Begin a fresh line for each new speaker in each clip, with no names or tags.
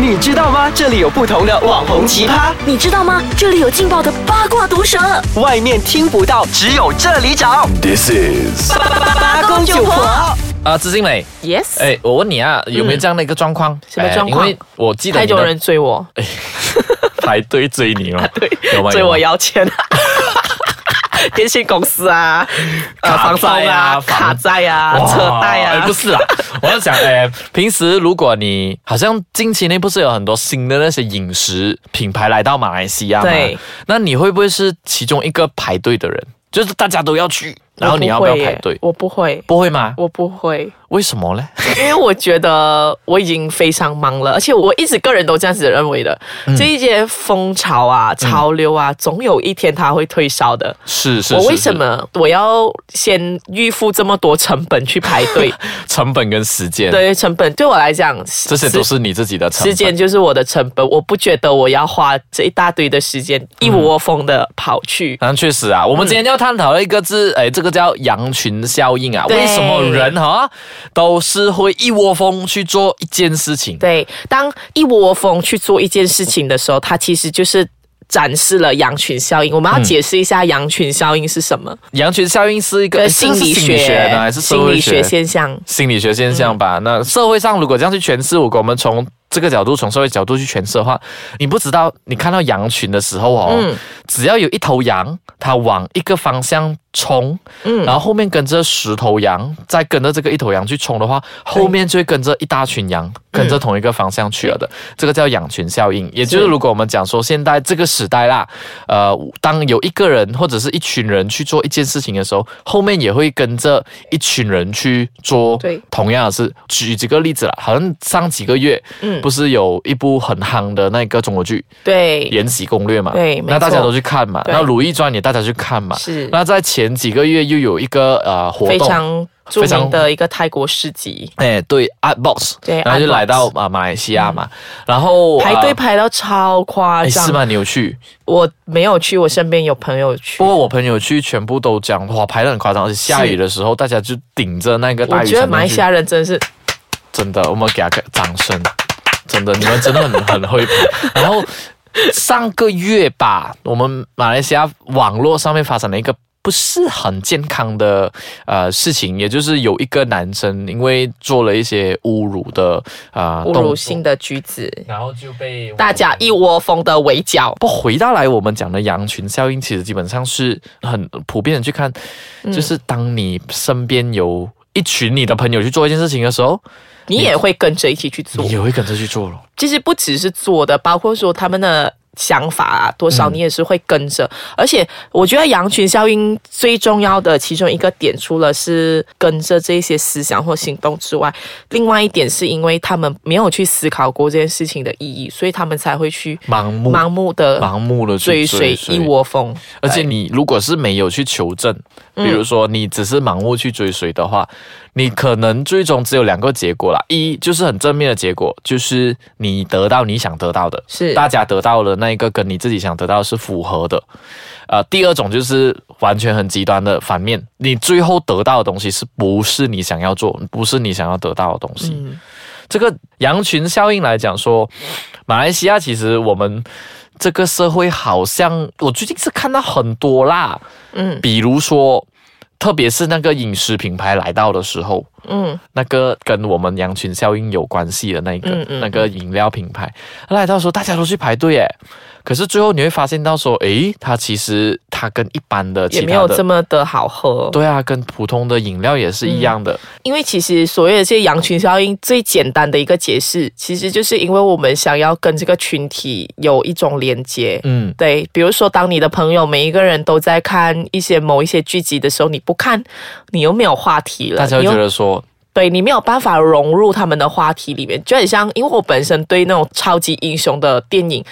你知道吗？这里有不同的网红奇葩，
你知道吗？这里有劲爆的八卦毒舌，
外面听不到，只有这里找。
This is
八八八八
公九婆
啊，资金美，
Yes，
哎，我问你啊，有没有这样的一个状况？
什么状况
哎因为我记得
太
你的
多人追我，
排队追你了，有吗
追我
有吗
要钱， 电信公司啊，呃，
卡
房东
债啊
啊，
房
卡债啊，
哇
车贷
哎
啊
不，是啦， 我在想，哎，平时如果你好像近期内不是有很多新的那些饮食品牌来到马来西亚吗
对？
那你会不会是其中一个排队的人？就是大家都要去，然后你要不要排队？
我不会耶。
不会吗？
我不会，
为什么呢？
因为我觉得我已经非常忙了，而且我一直个人都这样子认为的。
嗯
这一些风潮啊、潮流啊，总有一天它会退烧的。
是是，
我为
是
什么我要先预付这么多成本去排 队？
是成本跟时间？，
对，成本对我来讲，
这
这
些都是你自己的成本。
时间就是我的成本，我不觉得我要花这一大堆的时间一窝蜂的跑去。
嗯，确实啊，我们今天要探讨的一个字，哎，这个叫羊群效应啊。
对
为什么人哈都是会一窝蜂去做一件事情？
对，当一窝蜂去做一件事情的时候，它其实就是展示了羊群效应。我
嗯
们要解释一下羊群效应是什么，
羊群效应是一个
跟
哎这
心
个是
理
心理学呢，还是社
心
会
理
学
学？现嗯象。
心理学现象吧。那社会上如果这样去诠释，如果我们从这个角度，从社会角度去诠释的话，你不知道，你看到羊群的时候哦，
嗯
只要有一头羊，它往一个方向冲，
嗯
然后后面跟着十头羊，再跟着这个一头羊去冲的话，后面就会跟着一大群羊，跟着同一个方向去了的。
嗯
这个叫羊群效应，也就是如果我们讲说现在这个时代啦，呃，当有一个人或者是一群人去做一件事情的时候，后面也会跟着一群人去做
对
同样的事。举几个例子啦，好像上几个月，
嗯
不是有一部很夯的那个中国剧《
对，
延禧攻略》嘛？
对没
那大家
错
都去看嘛。
对
那《如懿传》也大家去看嘛。
是
那在前几个月又有一个呃活
非
动，
常著
非常
名的一个泰国市集，
哎，对，Art Box，
对
然后就
Artbox
来到啊、马来西亚嘛，然后
排队
呃
排到超夸
哎
张。
是吗？你有去？
我没有去，我身边有朋友去
不。过我朋友去，全部都讲哇，排的很夸张，而且下雨的时候，大家就顶着那个
我
大雨
觉得
伞
马
上
来
去
西，亚人真的是
真的，我们给他个掌声，真的，你们真的很很会排。然后上个月吧，我们马来西亚网络上面发生了一个。不是很健康的呃事情，也就是有一个男生因为做了一些侮辱的啊、呃、
侮
动作
辱性的举止，
然后就被
大家一窝蜂的围剿。
不回到来，我们讲的羊群效应，其实基本上是很普遍的去看，就是当你身边有一群你的朋友去做一件事情的时候，
你也会跟着一起去做
你。也会跟着去做了。
其实不只是做的，包括说他们的想法啊，多
嗯
少你也是会跟着。而且我觉得羊群效应最重要的其中一个点，除了是跟着这些思想或行动之外，另外一点是因为他们没有去思考过这件事情的意义，所以他们才会去
盲目
盲目的
盲目的
追
去
随一窝蜂。
而且你如果是没有去求证，
嗯
比如说你只是盲目去追随的话，你可能最终只有两个结果啦，一就是很正面的结果，就是你得到你想得到的，
是
大家得到的那一个跟你自己想得到的是符合的。呃，第二种就是完全很极端的反面，你最后得到的东西是不是你想要做，不是你想要得到的东西。
嗯
这个羊群效应来讲说，马来西亚其实我们这个社会好像，我最近是看到很多啦，
嗯
比如说，特别是那个饮食品牌来到的时候，
嗯，
那个跟我们羊群效应有关系的那一个、
嗯嗯
那个饮料品牌，它来到的时候大家都去排队诶，可是最后你会发现到说，诶，它其实它跟一般的其
也
他的
没有这么的好喝。
对啊，跟普通的饮料也是一样的，
因为其实所谓的这些羊群效应，最简单的一个解释，其实就是因为我们想要跟这个群体有一种连接。
嗯
对，比如说，当你的朋友每一个人都在看一些某一些剧集的时候，你不看，你又没有话题了，
大家会
你又
觉得说，
对你没有办法融入他们的话题里面，就很像，因为我本身对那种超级英雄的电影。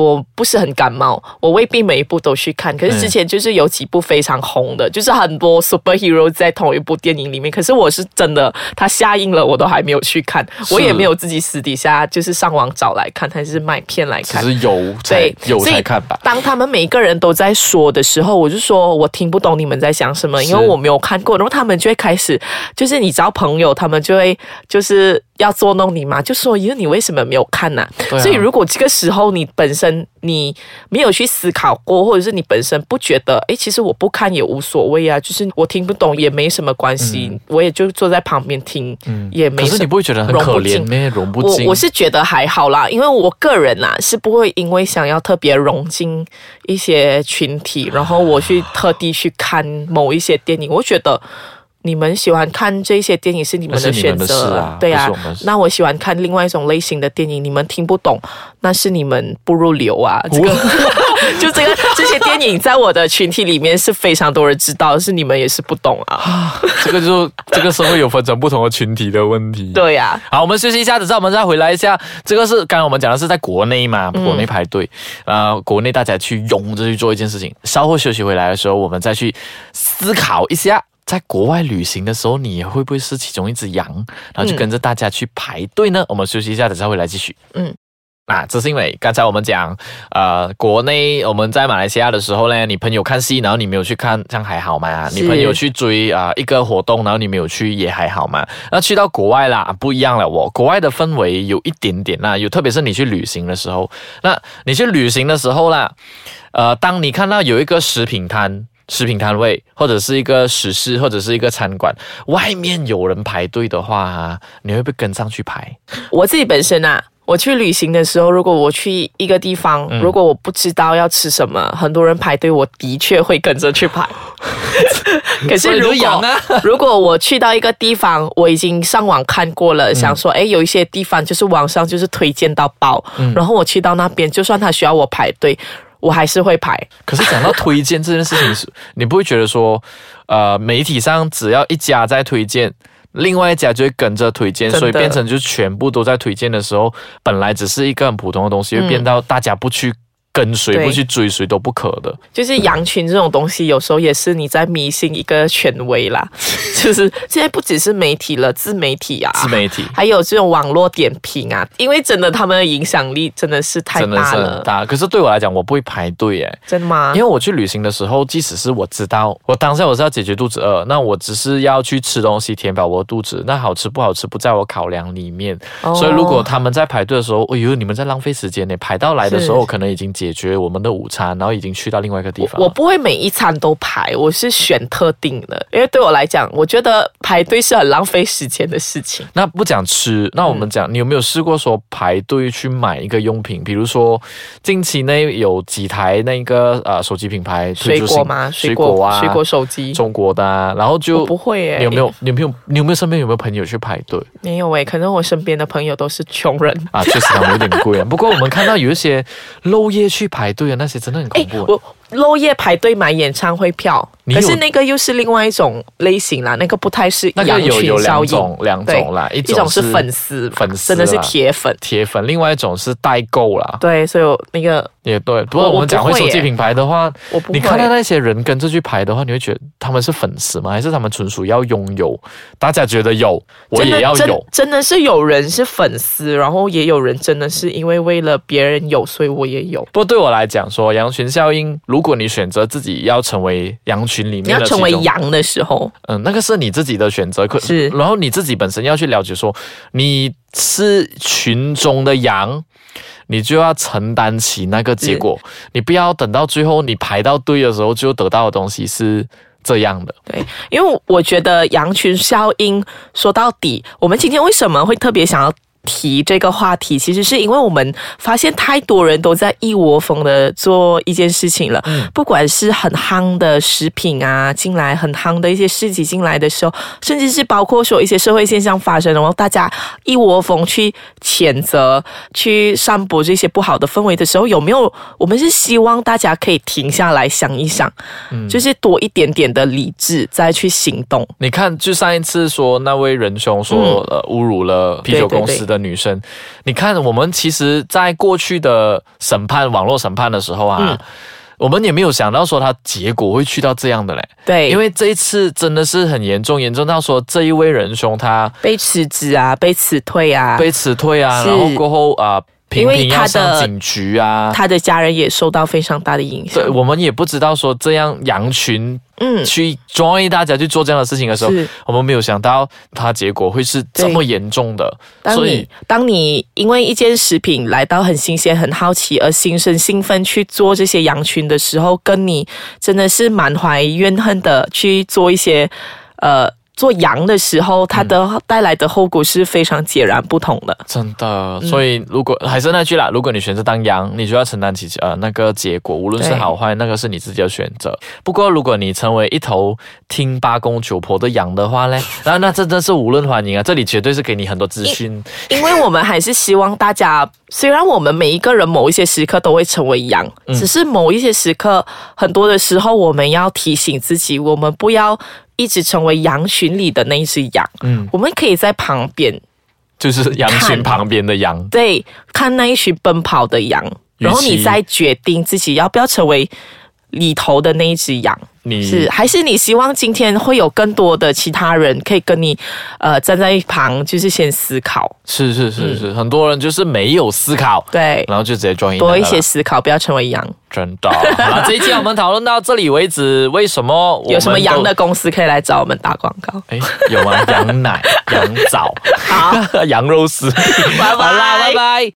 我不是很感冒，我未必每一部都去看。可是之前就是有几部非常红的，就是很多 superhero 在同一部电影里面。可是我是真的，它下映了我都还没有去看，我也没有自己私底下就是上网找来看，还是买片来
其
看。
实有才
对，
有
所以
才看吧。
当他们每一个人都在说的时候，我就说我听不懂你们在想什么，
是
因为我没有看过。然后他们就会开始，就是你知道朋友，他们就会就是要捉弄你嘛，就说因为你为什么没有看呐、
对啊
所以如果这个时候你本身你没有去思考过，或者是你本身不觉得，诶，其实我不看也无所谓啊，就是我听不懂也没什么关系，我也就坐在旁边听，也没
嗯可
什么。
是你不会觉得很
融
可
不进
怜咩？融不
我
进。
我是觉得还好啦，因为我个人啦是不会因为想要特别融进一些群体，然后我去特地去看某一些电影，我觉得。你们喜欢看这些电影是你们
那
的
是你
选
们的
择
事
啊，
啊
对啊
不是我们。
那我喜欢看另外一种类型的电影，你们听不懂，那是你们不入流啊。这个 就这个这些电影在我的群体里面是非常多人知道，是你们也是不懂啊。
这个就这个社会有分成不同的群体的问题。。
对啊呀、
好，我们休息一下，等下我们再回来一下。这个是刚才我们讲的是在国内嘛，国内排队，呃，国内大家去拥着去做一件事情。稍后休息回来的时候，我们再去思考一下，在国外旅行的时候，你会不会是其中一只羊，然后就跟着大家去排队呢？我们休息一下，等下回来继续。
嗯。
啊，这是因为刚才我们讲，呃，国内我们在马来西亚的时候呢，你朋友看戏，然后你没有去看，这样还好嘛？你
是
朋友去追啊、呃一个活动，然后你没有去也还好嘛？那去到国外啦，不一样了哦。国外的氛围有一点点啦，有特别是你去旅行的时候，那你去旅行的时候啦，呃，当你看到有一个食品摊。食品摊位，或者是一个食肆，或者是一个餐馆，外面有人排队的话、你会不会跟上去排？
我自己本身啊，我去旅行的时候，如果我去一个地方，
嗯
如果我不知道要吃什么，很多人排队，我的确会跟着去排。 可
所
是
以
如
就
果、
养啊
如果我去到一个地方，我已经上网看过
嗯
了，想说，哎，有一些地方就是网上就是推荐到爆，
嗯
然后我去到那边，就算他需要我排队，我还是会排。
可是讲到推荐这件事情是，你不会觉得说，呃，媒体上只要一家在推荐，另外一家就会跟着推荐，
真的
所以变成就全部都在推荐的时候，本来只是一个很普通的东西，会变到大家不去跟随、
对
不去追随都不可的。
就是羊群这种东西，有时候也是你在迷信一个权威啦。 就是现在不只是媒体了，自媒体啊，
自媒体
还有这种网络点评啊，因为真的他们的影响力真的是啊太
真的
大
是
了
很，大，可是对我来讲，我不会排队哎诶。
真的吗
因为？我去旅行的时候，即使是我知道我当下我是要解决肚子饿，那我只是要去吃东西填饱我的肚子，那好吃不好吃不在我考量里面。
哦
所以如果他们在排队的时候，哎呦，你们在浪费时间呢，排到来的时候
是
可能已经解决我们的午餐，然后已经去到另外一个地方了。
我不会每一餐都排，我是选特定的，因为对我来讲，我觉得排队是很浪费时间的事情。
那不讲吃，那我们讲，你有没有试过说排队去买一个用品？比如说，近期内有几台那个呃手机品牌推
水
出
果
新
吗？
水
水
果
果
啊，
水果手机
中国的、啊，然后就
我不会耶
你有没有？你有没有？你有没有身边有没有朋友去排队
没有欸诶、可能我身边的朋友都是穷人。
啊？确实他们有点贵啊。不过我们看到有一些漏夜去排队的那些，真的很恐
哎，
怖啊、
我漏夜排队买演唱会票，
你有
可是那个又是另外一种类型啦，那个不太是
那个
羊
有有两
群效应
种，两种啦，
一
一
种是
是
粉丝，
粉丝
真的是
啦
铁粉。
铁粉，另外一种是代购啦，
对，所以我那个
也对。不过
我
我们讲回
我不会
手机
耶
品牌的话，
我不会。
你看到那些人跟着去排的话，你会觉得他们是粉丝吗？还是他们纯属要拥有？大家觉得有，我
真的
也要
真
有。
真的是有人是粉丝，然后也有人真的是因为为了别人有，所以我也有。
不过对我来讲说，羊群效应，如果你选择自己要成为羊群里面的
你要成为
其中
羊的时候，
嗯，那个是你自己的选择，可
是
然后你自己本身要去了解说，你是群中的羊，你就要承担起那个结果，你不要等到最后你排到队的时候就得到的东西是这样的。
对，因为我觉得羊群效应，说到底，我们今天为什么会特别想要？提这个话题，其实是因为我们发现太多人都在一窝蜂的做一件事情了，
嗯
不管是很夯的食品啊进来，很夯的一些市集进来的时候，甚至是包括说一些社会现象发生，然后大家一窝蜂去谴责、去散播这些不好的氛围的时候，有没有？我们是希望大家可以停下来想一想，
嗯
就是多一点点的理智再去行动。
你看，就上一次说那位仁兄说、
嗯
呃侮辱了啤酒公司的女生，你看我们其实，在过去的审判网络审判的时候啊。
嗯
我们也没有想到说他结果会去到这样的嘞，
对，
因为这一次真的是很严重，严重到说这一位仁兄他
被辞职啊，被辞退啊，
被辞退啊，
是
然后过后啊、频
因为
频要
他的
上警局啊。
他的家人也受到非常大的影响
对，。我们也不知道说这样羊群
嗯，
去 join 大家去做这样的事情的时候
是，
我们没有想到它结果会是这么严重的。
当
所
你
以，
当你因为一件食品来到很新鲜、很好奇而心生兴奋去做这些羊群的时候，跟你真的是满怀怨恨的去做一些，呃。做羊的时候，它
嗯
的带来的后果是非常截然不同的。
真的，
嗯
所以如果还是那句啦，如果你选择当羊，你就要承担起呃那个结果，无论是
对
好坏，那个是你自己的选择。不过，如果你成为一头听八公九婆的羊的话 呢，那那真的是无论欢迎啊！这里绝对是给你很多资讯，
因为我们还是希望大家，虽然我们每一个人某一些时刻都会成为羊，
嗯
只是某一些时刻，很多的时候我们要提醒自己，我们不要一直成为羊群里的那一只羊。
嗯，
我们可以在旁边，
就是羊群
看
旁边的羊。
对，看那一群奔跑的羊，
与其
然后你再决定自己要不要成为里头的那一只羊。
你
是，啊还是你希望今天会有更多的其他人可以跟你，呃，站在一旁，就是先思考，
是是是是，很多人就是没有思考，
对，
然后就直接 join in
嗯多一
了啦
些思考，不要成为羊。
真的。好了，这一期我们讨论到这里为止。为什么我们
有什么羊的
都？
公司可以来找我们打广告？
哎， 有吗？羊奶、羊枣、
好，
羊肉丝。好
拜
啦，拜拜。